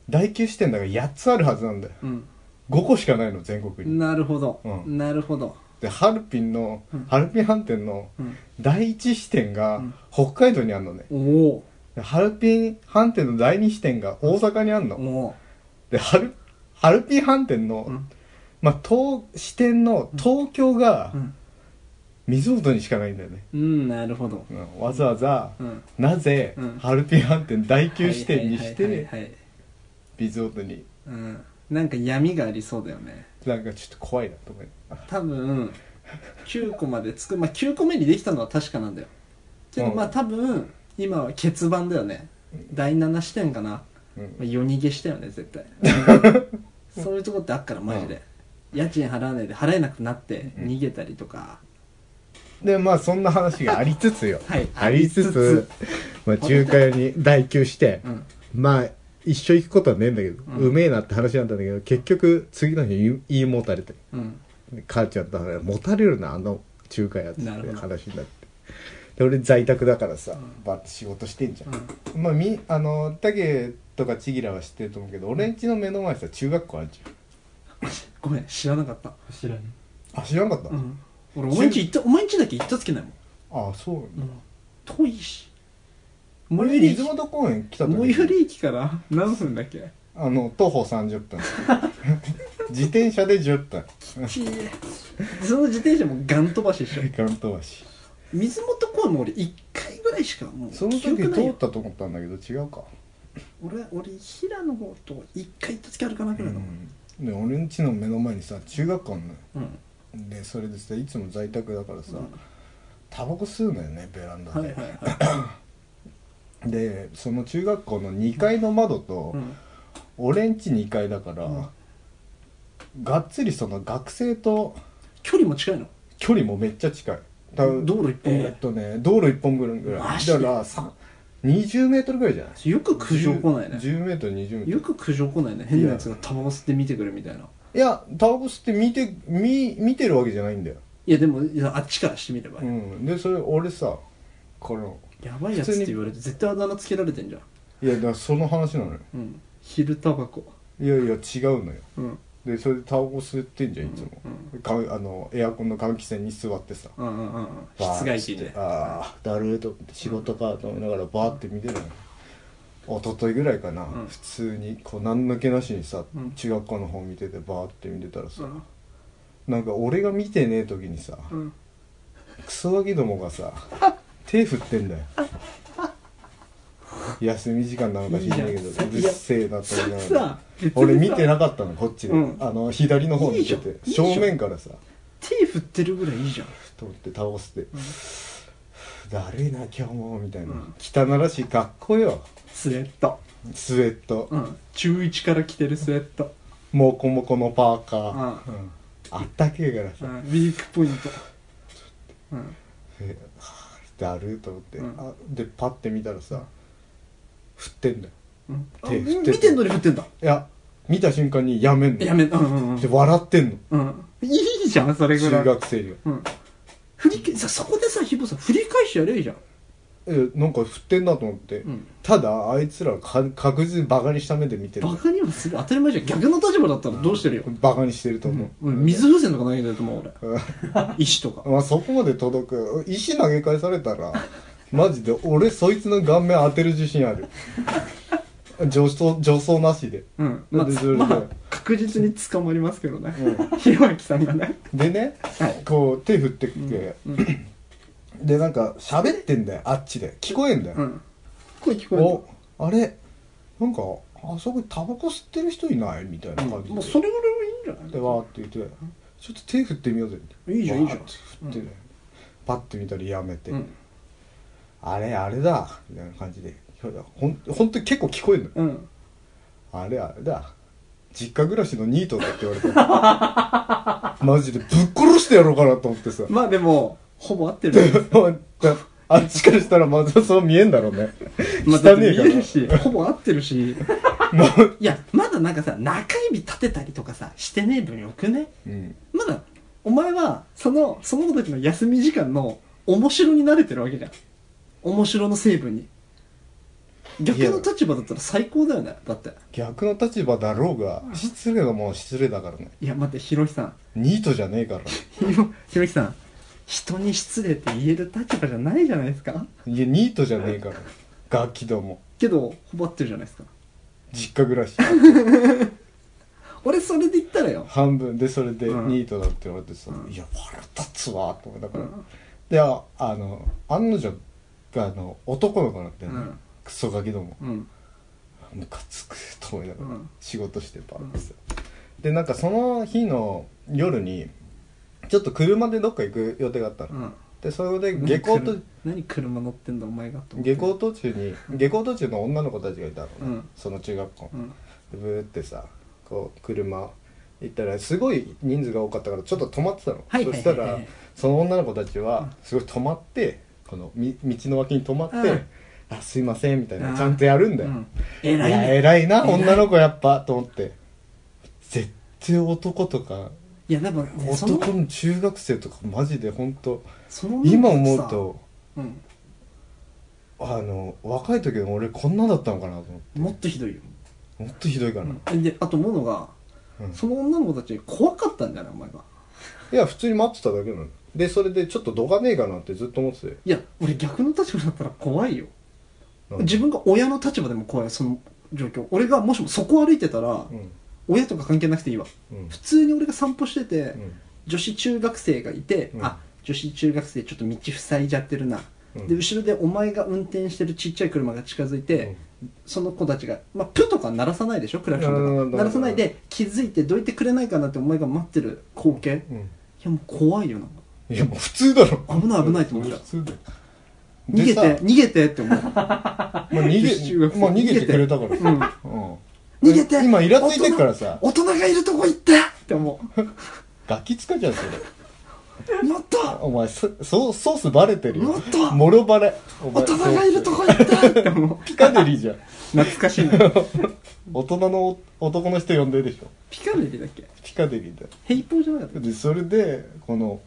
B: 第9支店だから8つあるはずなんだよ
A: うん
B: 5
C: 5個しかないの全国に
A: なるほど、
C: うん
A: なるほど
C: でハルピンの、ハルピン飯店の
A: うん
C: 第一支店が北海道にあるのね、
A: おお
C: でハルピン飯店の第二支店が大阪にあるの、
A: おお
C: でハルハルピン飯店の、
A: ん
C: まあ、東支店の東京が
A: うん
C: 水本にしかないんだよね、
A: うんなるほど
C: うんわざわざ、
A: うん
C: なぜ、
A: うん
C: ハルピン飯店第九支店にし
A: はいはい
C: て
A: はいはいはい
C: 水本に
A: うんなんか闇がありそうだよね
C: なんかちょっと怖いなと思い
A: 多分9個までつくまあ9個目にできたのは確かなんだよけど
C: うん
A: まあ多分今は欠番だよね第7視点かな、
C: うん
A: まあ、夜逃げしたよね絶 対そういうとこってあっからマジで、家賃払わないで払えなくなって逃げたりとか、
C: でまあそんな話がありつつよ
A: はい
C: ありつつまあ、中華屋に代休して、
A: うん
C: まあ一緒行くことはねえんだけど、うめえなって話なんだけど結局次の日言い言いもたれて
A: うん
C: 母ちゃんと話もたれるなあの中華屋っつっ
A: なる
C: て
A: ほど
C: 話になってで俺在宅だからさ、バッて仕事してんじゃん、まあみあの竹とかちぎらは知ってると思うけど俺んちの目の前さ中学校あるじ
A: ごめん知らなかった、
C: ゃん知らんあ知らんかった、
A: うん、俺お前んち行ったお前んちだけ行ったつけないもん、
C: ああそうなんだ、
A: 遠いし最
C: 俺
A: 寄り駅
C: 水元公園来た時
A: 最寄り駅から何分だっけ
C: あの徒歩30分 自転車で10分
A: ちえその自転車もガン飛ばしでしょ
C: 関東し
A: 水元公園も俺1回ぐらいしかもう
C: その
A: 記
C: 時
A: 憶
C: 通
A: ない
C: っ
A: よ
C: たと思ったんだけど違うか、
A: 俺俺平野と1回行った時あるかなぐらいの
C: で俺んちの目の前にさ中学校あんのよ
A: うん、
C: でそれでさいつも在宅だからさ、タバコ吸うのよねベランダで、
A: はいはいはい、
C: でその中学校の2階の窓と、
A: うん、
C: 俺んち2階だから、がっつりその学生と
A: 距離も近いの
C: 距離もめっちゃ近い多分
A: 道路一本ぐらい
C: えーっとね道路1本ぐらいぐら
A: マ
C: い
A: ジで
C: だからさ20メートルぐらいじゃない
A: よく苦情来ないね
C: 10メートル20メートル
A: よく苦情来ないね変なやつがタバコ吸って見てくれみたいない
C: やタバコ吸って見て見見てるわけじゃないんだよ、
A: いやでもいやあっちからしてみれば、
C: うん、でそれ俺さこの
A: やばいやつって言われて絶対あだ名つけられてんじゃん、
C: いやだからその話なのよ
A: うん、昼タバコ
C: いやいや違うのよ
A: うん
C: でそれでタバコ吸ってんじゃんいつも、かあのエアコンの換気扇に座ってさ
A: うんうんうんうん
C: バーッ
A: 室外機で
C: してああだるーと思って仕事かと思いながらバーって見てるのよ一昨日ぐらいかな、
A: ん
C: 普通にこう何の気なしにさ、
A: うん
C: 中学校の方見ててバーって見てたら
A: う
C: さ、
A: ん
C: なんか俺が見てねえ時にさ、
A: うん
C: クソガキどもがさ手振ってんだよ休み時間なのか知らないけど
A: いいじゃん
C: うるせえなと思いなが
A: さ
C: ら
A: 別にさ
C: 俺見てなかったのこっちで、
A: うん
C: あの左の方見てて
A: いいじゃんいいじゃん
C: 正面からさ
A: 手振ってるぐらいいいじゃん
C: と思って倒して、だるいな今日もみたいな、汚らしい格好よ
A: スウェット
C: スウェット、
A: うん中1から着てるスウェット
C: モコモコのパーカー、
A: う
C: うんあったけえか
A: う
C: らさ、
A: んウィークポイントうん
C: えだるいと思って、
A: うん
C: あでパッて見たらさ振ってんだよ
A: うんあ
C: 手振ってて
A: 見てんのに振ってんだ
C: いや見た瞬間にやめんの
A: やめうんうんうん
C: で笑ってん
A: う
C: の
A: んいいじゃんそれぐら
C: 中
A: い
C: 学生が
A: うん振りけさそこでさヒボさん振り返しやれいいじゃん
C: えなんか振ってんなと思って、
A: ん
C: ただあいつらか確実にバカにした目で見てる
A: バカにはする当たり前じゃん逆の立場だったらどうしてるよ
C: バカにしてると思う、
A: 俺水風船とか投げてると思う
C: うん
A: 俺石とか
C: まあ、そこまで届く石投げ返されたらマジで俺そいつの顔面当てる自信 ある助走助走なしで、
A: うんまあ、
C: だってそれで
A: まあ、確実に捕まりますけどね
C: う
A: ひろあきさんがね
C: でね、
A: はい
C: こう手振ってきて、でなんか喋ってんだよあっちで聞こえんだよ、
A: うん声聞こえる
C: おあれなんかあそこにタバコ吸ってる人いないみたいな感じで、
A: もうそれぐらいはいいんじゃない
C: でわーって言って「ちょっと手振ってみようぜ」
A: いいじゃんいいじゃん
C: わーって振ってね、パッて見たらやめて、
A: うん
C: あれあれだみたいな感じでほんほんとに結構聞こえるのよ
A: うん
C: あれあれだ実家暮らしのニートだって言わ れたマジでぶっ殺してやろうかなと思ってさ
A: まあでもほぼ合ってる よ
C: あっちからしたらまたそう見えんだろうね
A: まあ、だ
C: 汚
A: って
C: ねえ
A: 見
C: か
A: え
C: ら
A: るし、ほぼ合ってる し。いや、まだなんかさ、中指立てたりとかさ、してねえ分よくね
C: うん
A: まだ、お前は、その、その時の休み時間の、面白に慣れてるわけじゃん。面白の成分に。逆の立場だったら最高だよねだって
C: 逆の立場だろうが失礼なもん失礼だからね
A: いや待ってひろきさん
C: ニートじゃねえから
A: ひろひろきさん人に失礼って言える立場じゃないじゃないですか
C: いやニートじゃねえから楽器ども
A: けどほばってるじゃないですか
C: 実家暮らし
A: 俺それで言ったらよ
C: 半分でそれで
A: うん
C: ニートだって言われてさ、
A: うん
C: いや腹立つわと思ったから、
A: うん
C: でああの案の定あの男の子なんだよね、
A: うん
C: クソガキども
A: うん
C: ムカつくと思いながら
A: うん
C: 仕事してバーってさ、でなんかその日の夜にちょっと車でどっか行く予定があったの、
A: うん
C: でそれで下校と
A: 何車乗ってんだお前がと思って
C: 下校途中に下校途中の女の子たちがいたのね、
A: うん
C: その中学校
A: う、ん
C: でブーってさこう車行ったらすごい人数が多かったからちょっと止まってたの、
A: はいはいはいはい
C: そしたらその女の子たちはすごい止まってこのみ道の脇に止まって「
A: うん
C: あすいません」みたい
A: うん
C: なちゃんとやるんだ
A: う
C: よ、
A: ん
C: い
A: 偉い
C: や
A: ね
C: 偉いな
A: 偉い
C: 女の子やっぱと思って絶対男とか
A: いやでもねその
C: 男の中学生とかマジで本当
A: その
C: 今思うと
A: うん
C: あの若い時の俺こんなだったのかなと思って
A: もっとひどいよ
C: もっとひどいかな、
A: であと思うのが
C: うん
A: その女の子たち怖かったんじゃないお前が
C: いや普通に待ってただけなのでそれでちょっとどがねえかなってずっと思ってて
A: いや俺逆の立場だったら怖いよ
C: なんか
A: 自分が親の立場でも怖いその状況俺がもしもそこ歩いてたら
C: うん
A: 親とか関係なくていいわ
C: うん
A: 普通に俺が散歩してて、
C: うん
A: 女子中学生がいて、
C: うん
A: あ女子中学生ちょっと道塞いじゃってるな、
C: うん
A: で後ろでお前が運転してるちっちゃい車が近づいて、その子たちが、まあ、プとか鳴らさないでしょクラクショ
C: なるほ
A: ンとか
C: ど
A: 鳴らさないで気づいてどいてくれないかなってお前が待ってる光景、い
C: うん
A: やもう怖いよなんか
C: いやもう普通だろ
A: 危ない危ないと思った
C: 普通だよ
A: 逃げ
C: で
A: て
C: さ
A: 逃げてって 思う、
C: まあ、逃
A: 女子中学
C: げ
A: 生
C: まあ逃げてくれたから
A: うん、
C: うん
A: 逃げて
C: 今イラついてるからさ
A: 大人大人がいるとこ行ってって思
C: ガキ使じゃんそれ
A: うもっと
C: お前そそうソースバレてるよ
A: もっと
C: もろバレお
A: 大
C: 前
A: 人がいるとこ行ってって 思う
C: ピカデリーじゃん
A: 懐かしいな
C: 大人の男の人呼んでるでしょ
A: ピカデリだっけ
C: ピカデリーだよ
A: ヘイポーじゃなかったっけ
C: でそれでこの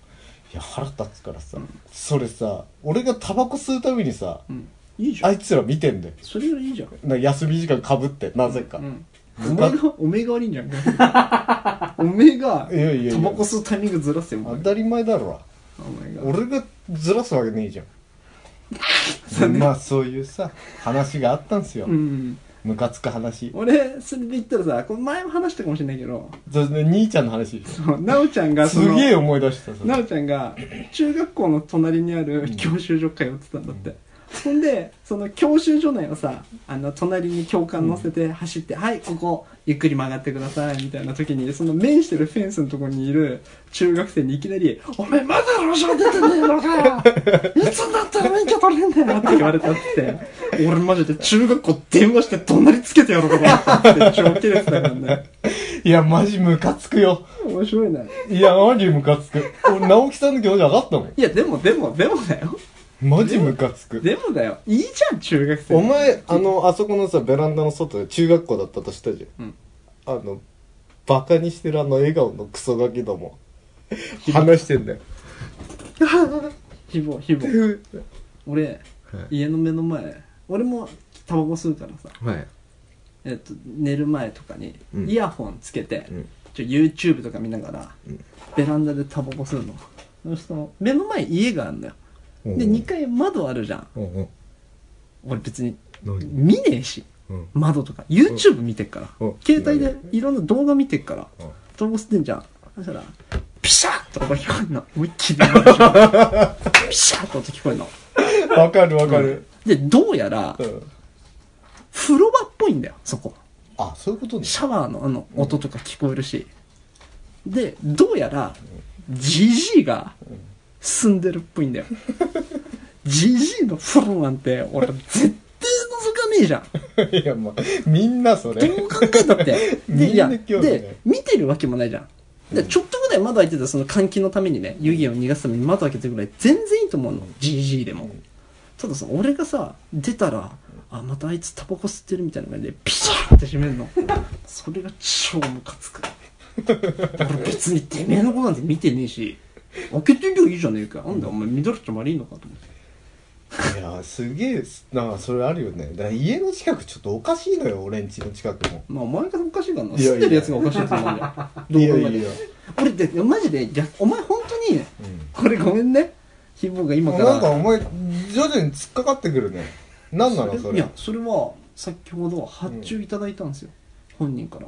C: いや腹立つからさ、それさ俺がタバコ吸うたびにさ、
A: うんいいじゃん
C: あいつら見てんだよ
A: それよりいいじゃん
C: な休み時間かぶってなぜか、
A: うんお
C: 部
A: めえ
C: 活
A: が、おめえが悪いん じゃん。おめえが、
C: いやいやいや
A: タバコ吸うタイミングずらせよ、お
C: 当
A: 前が。
C: たり前だろ
A: お前が。
C: 俺がずらすわけねえじゃんまあそういうさ話があったんすよ、
A: うん。
C: ムカつく話
A: 俺、それで言ったらさ、これ前も話したかもしれないけど、
C: それで兄ちゃんの話でし
A: そうなおちゃん
C: ょ
A: が、そ
C: す
A: の
C: げえ思い出したそれ
A: なおちゃんが、中学校の隣にある教習所通ってたんだって。ほんで、その教習所内をさ、あの、隣に教官乗せて走って、はい、ここ、ゆっくり曲がってください、みたいな時に、その面してるフェンスのとこにいる中学生にいきなり、お前まだ路上出てねえのか よいつになったら免許取れんだよって言われたって、俺マジで中学校電話して隣つけてやろうかと思って、超キレてたからね。
C: いやマジムカつくよ
A: 面白いな。
C: いやマジムカつく俺直樹さんの気持ち分かったもん
A: いや、でも、でも、でもだよ。
C: マジムカつく
A: でもだよ。いいじゃん、中学生。
C: お前あのあそこのさベランダの外で中学校だったとしたじゃん、
A: うん
C: あのバカにしてるあの笑顔のクソガキども 話してんだよ
A: ひぼひぼ俺、家の目の前俺もタバコ吸うからさ、
C: はい
A: えっと寝る前とかに
C: うん
A: イヤホンつけて、
C: ん
A: ちょ YouTube とか見ながら、ベランダでタバコ吸うのそうすると目の前家があるんだよで
C: うん
A: 2階窓あるじゃん
C: うんうん
A: 俺別に
C: 何
A: 見ねえし
C: うん
A: 窓とか YouTube 見てっから、
C: うん
A: 携帯でいろんな動画見てっから、
C: うん
A: タバコ吸ってんじゃんそしたらピシャッと音聞こえんの思いっきり窓開けてピシャッと音聞こえんの
C: わかるわかる、
A: でどうやら
C: うん
A: 風呂場っぽいんだよそこ
C: あそういうことね
A: シャワーのあの音とか聞こえるし、でどうやらジジイが住んでるっぽいんだよジジイの風呂なんて俺絶対覗かねえじゃん
C: いやまあみんなそ れ
A: どう考えた って。で、いや、
C: みんな興味ない
A: で、見てるわけもないじゃん。で、ちょっとぐらい窓開いてたその換気のためにね、湯気を逃がすために窓開けてるぐらい全然いいと思うの。GG でも。たださ、俺がさ、出たら、あ、またあいつタバコ吸ってるみたいな感じで、ピシャーって閉めるの。それが超ムカつく。俺別にてめえのことなんて見てねえし、開けてりゃいいじゃねえか。なんだよお前、緑ちゃまりいいのかと思って。
C: いやすげえなんかそれあるよねだから家の近くちょっとおかしいのよ俺んちの近くも
A: まあお前がおかしいからない
C: やいや
A: 吸ってるやつがおかしいやつなんだよどう
C: い
A: 考え
C: や
A: ても
C: いや、
A: 俺ってマジで逆お前本当に
C: う
A: これごめんねひぼが今
C: ん、
A: か
C: な
A: ら
C: んかお前徐々に突っかかってくるね何なのそ
A: い
C: れ
A: やそれは先ほど発注いただいたんですよ、本人から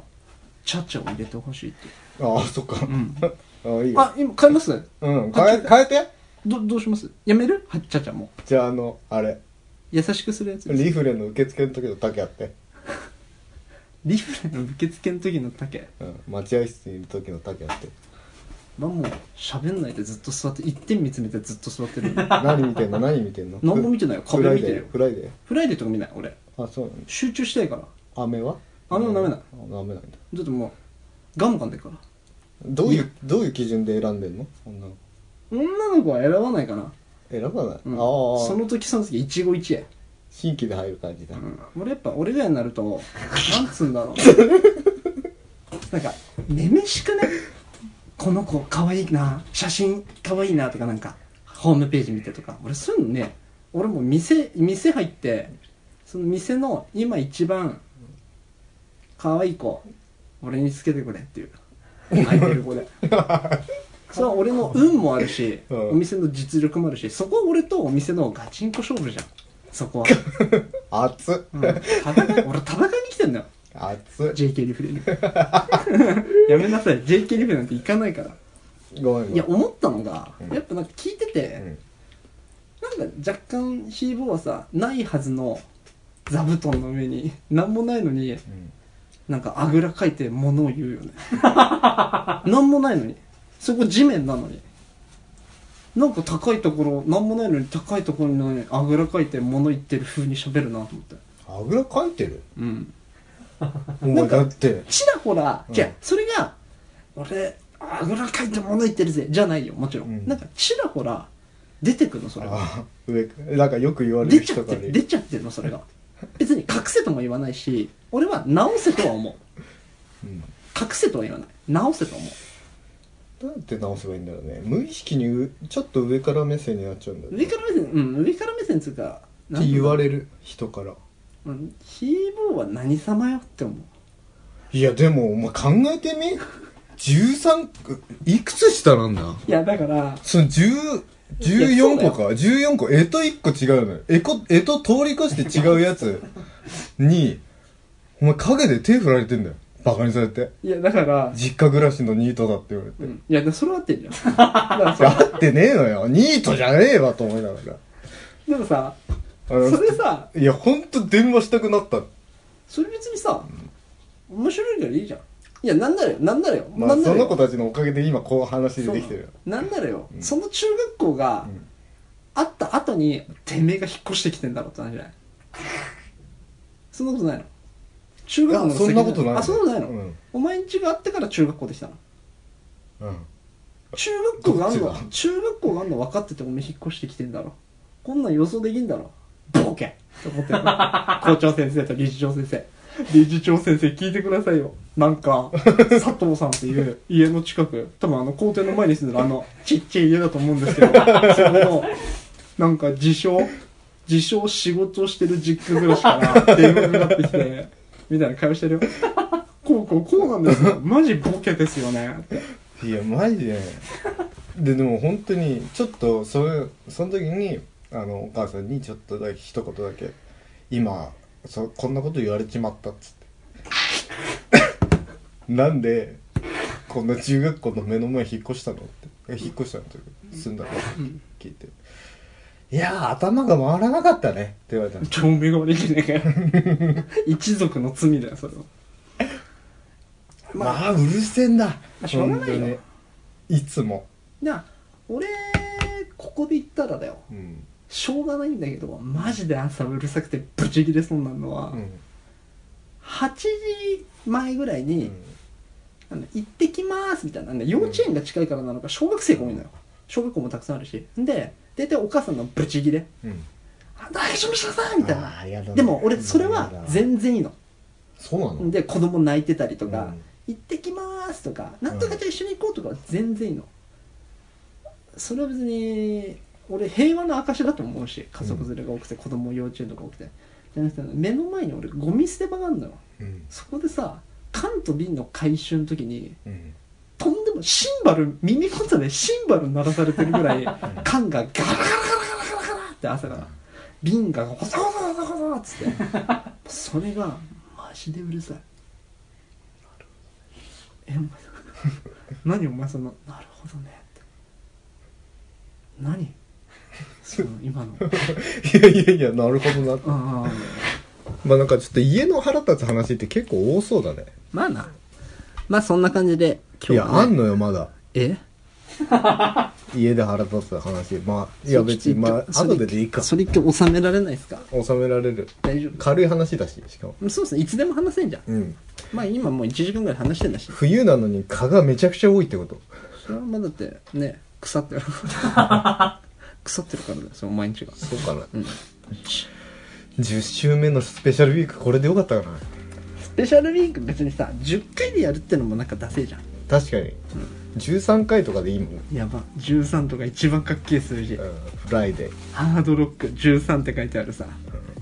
A: チャチャを入れてほしいって
C: ああそっか、
A: ん
C: ああいいよ
A: あ今変えます
C: うん変え変えて
A: どどうしますやめるはっちゃちゃも
C: じゃああのあれ
A: 優しくするやつです
C: リフレの受付の時の竹あって、
A: リフレの受付の時の竹
C: うん、待合室にいる時の竹 あって
A: まあもう喋んないでずっと座って一点見つめてずっと座ってる
C: 何見てんの何見てんの
A: 何も見てないよ壁見てるよ
C: フライデーフライデー
A: フライデーとか見ない俺
C: あそうなんだ
A: 集中したいから
C: 飴は
A: 飴も舐めない
C: あ舐めないんだ
A: ちょっともうガム噛んでるから
C: どういうどういう基準で選んでんの女の
A: 女の子は選ばないかな、
C: 子選ばない、
A: うん、
C: ああ
A: その時その時一期一会
C: 新規で入る感じだ、
A: うん俺やっぱ俺ぐらいになるとなんつうんだろう なんかめめしくねこの子かわいいな写真かわいいなとかなんかホームページ見てとか俺そういうのね俺もう店店入ってその店の今一番かわいい子俺につけてくれっていう空いてる子 でそれは俺の運もあるし、
C: うん
A: お店の実力もあるしそこは俺とお店のガチンコ勝負じゃんそこは
C: 熱っ、
A: うん戦い俺戦いに来てんだよ
C: 熱っ
A: JK リフレに やめなさい JK リフレなんて行かないから
C: ごめん
A: いや
C: ごめん
A: 思ったのが、
C: うん
A: やっぱなんか聞いてて、なんか若干ヒーボーはさないはずの座布団の上に何もないのに
C: うん
A: なんかあぐらかいて物を言うよね何もないのにそこ地面なのになんか高いところ何もないのに高いところにねあぐらかいて物言ってる風に喋るなと思って
C: あぐらかいてる
A: うん
C: お前だって
A: ちらほら、
C: うん
A: 違うそれが俺あぐらかいて物言ってるぜじゃないよもちろん、
C: うん
A: なんかちらほら出てくのそれが
C: あ上かなんかよく言われ
A: 出
C: る
A: ちゃ
C: 人
A: っ
C: か
A: て
C: ら
A: る出ちゃってるのそれが別に隠せとも言わないし俺は直せとは思う
C: うん
A: 隠せとは言わない直せと思
C: どうやって直せばいいんだろうね無意識にうちょっと上から目線になっちゃうんだよ
A: う
C: ね
A: 上から目線うん上から目線つうか
C: って言わ
A: れ
C: れる人から
A: ヒーボーは何様よって思う
C: いやでもお前考えてみ13
H: いくつ下なんだ
A: いやだから
C: その10
A: いやそうだ
C: 14
A: よ
C: 個か14個えと1個違うのよえこえと通り越して違う やつにお前陰で手振られてんだよバカにされて
A: いやだから、
C: 実家暮らしのニートだって言われて、
A: うん、いやだそれは合ってんじ ゃんだから
C: だ
A: さ
C: ってねえのよニートじゃねえわと思いながら
A: でもさ
C: あ
A: そ
C: の
A: れさ
C: いやほんと電話したくなった
A: それ別にさ、面白いからいいじゃんいやなんならよなんならよ、
C: まあ
A: なんな
C: そ
A: ら
C: の
A: よ
C: 子たちのおかげで今こう話
A: そう
C: できてるよ
A: なんならよ、その中学校が、あった後にてめえが引っ越してきてんだろうって話じゃないそんなことないの中学校の
C: いやそんなことない
A: あそんなことないの、
C: うん
A: お前ん家があってから中学校できたの
C: うん
A: 中学校があん
C: ど
A: の
C: っちが
A: 中学校があんの分かっててお前引っ越してきてんだろこんなん予想できんだろボケって 思ってる校長先生と理事長先生理事長先生聞いてくださいよなん か佐藤さんっていう家の近く多分あの校庭の前に住んでるあのちっちゃい家だと思うんですけどそこのなんか自称自称仕事をしてる実家暮らしから電話かかってきてみたいな会話してるよこうこうこうなんですよマジボケですよねって
C: いやマジでででも本当にちょっとそれその時にあのお母さんにちょっとだけ一言だけ「今そこんなこと言われちまった」っつって なんでこんな中学校の目の前引っ越したのってえ引っ越したのって住んだのって聞いて「いやー頭が回らなかったね」って言われたの
A: 超目が悪いじゃね えかよ一族の罪だよそれは
C: まあうるせえんだ
A: あしょうがないよ
C: 本当にいつも、
A: じゃあ俺ここで言ったらだよ
C: うん
A: しょうがないんだけどマジで朝うるさくてブチギレそうになるのは、
C: うん
A: 8時前ぐらいに、
C: うん
A: なんだ行ってきますみたいななんだ幼稚園が近いからなのか小学生が多いのよ小学校もたくさんあるしで大体お母さんのブチギレ
C: うん、
A: あ大丈夫しなさいみたい
C: あーやだ
A: な
C: ね
A: でも俺それは全然いいの
C: そうなの
A: で子供泣いてたりとか、
C: うん
A: 行ってきますとかなんとかじゃあ一緒に行こうとかは全然いいの、それは別に俺平和の証だと思うし家族連れが多くて、子供幼稚園とか多くてじゃなくて目の前に俺ゴミ捨て場があるのよ
B: うん
A: そこでさ缶と瓶の回収の時に
B: うん
A: とんでもシンバル耳元でシンバル鳴らされてるぐらい缶がガラガラガラガラガラガラって朝から瓶がホソホソホソホソっつってそれがマジでうるさいえお前何お前そのなるほどねって何その今 の
C: いやいやいや、なるほどな。
A: ああ
C: まあなんかちょっと家の腹立つ話って結構多そうだね。
A: まあなまあそんな感じで
C: い
A: 今日
C: や、
A: は
C: あ
A: ね、
C: んのよ、まだ。
A: え
C: 家で腹立つ話。まあ、いや別に、まあ、
A: それ
C: 後ででいいか。
A: それ一回収められないですか
C: 収められる。
A: 大丈夫
C: 軽い話だし、しかも。
A: そうですねいつでも話せんじゃん
C: うん。
A: まあ今もう1時間ぐらい話してんだし
C: 冬なのに蚊がめちゃくちゃ多いってこと。
A: それはまあだってね腐ってる腐ってるからだよその毎日が
C: そうかな。
A: うん
C: 10週目のスペシャルウィーク、これでよかったかな。
A: スペシャルウィーク別にさ10回でやるってのもなんかダセえじゃん
C: 確かに。13回とかでいいもん。うん。
A: やば13とか一番かっけえ数字
C: フライデー。
A: ハードロック13って書いてあるさ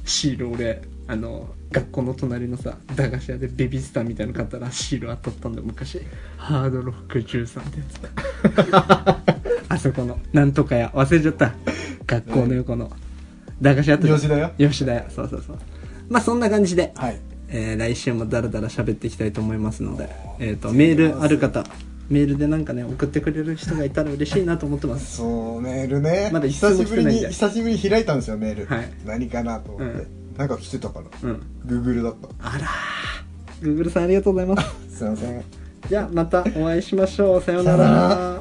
A: シール俺あの学校の隣のさ駄菓子屋でベビースターみたいなの買ったらシール当たったんだよ昔ハードロック13ってやつ あそこのなんとか屋忘れちゃった学校の横の駄菓子屋あったじゃん
B: 吉田屋
A: 吉田屋そうそうそうまあそんな感じで、
B: はい
A: えー来週もダラダラ喋っていきたいと思いますので、えー、とメールある方メールでなんかね送ってくれる人がいたら嬉しいなと思ってます
B: そうメールね、
A: まだ一通
B: 久
A: も
B: し
A: 来
B: ぶ
A: て
B: り
A: ないん
B: に
A: で
B: 久しぶりに開いたんですよメール、
A: はい
B: 何かなと思って、
A: う
B: なんか来てたから
A: うん
B: グーグルだった
A: あらー Google さんありがとうございます
B: すいません
A: じゃあまたお会いしましょう。さようなら。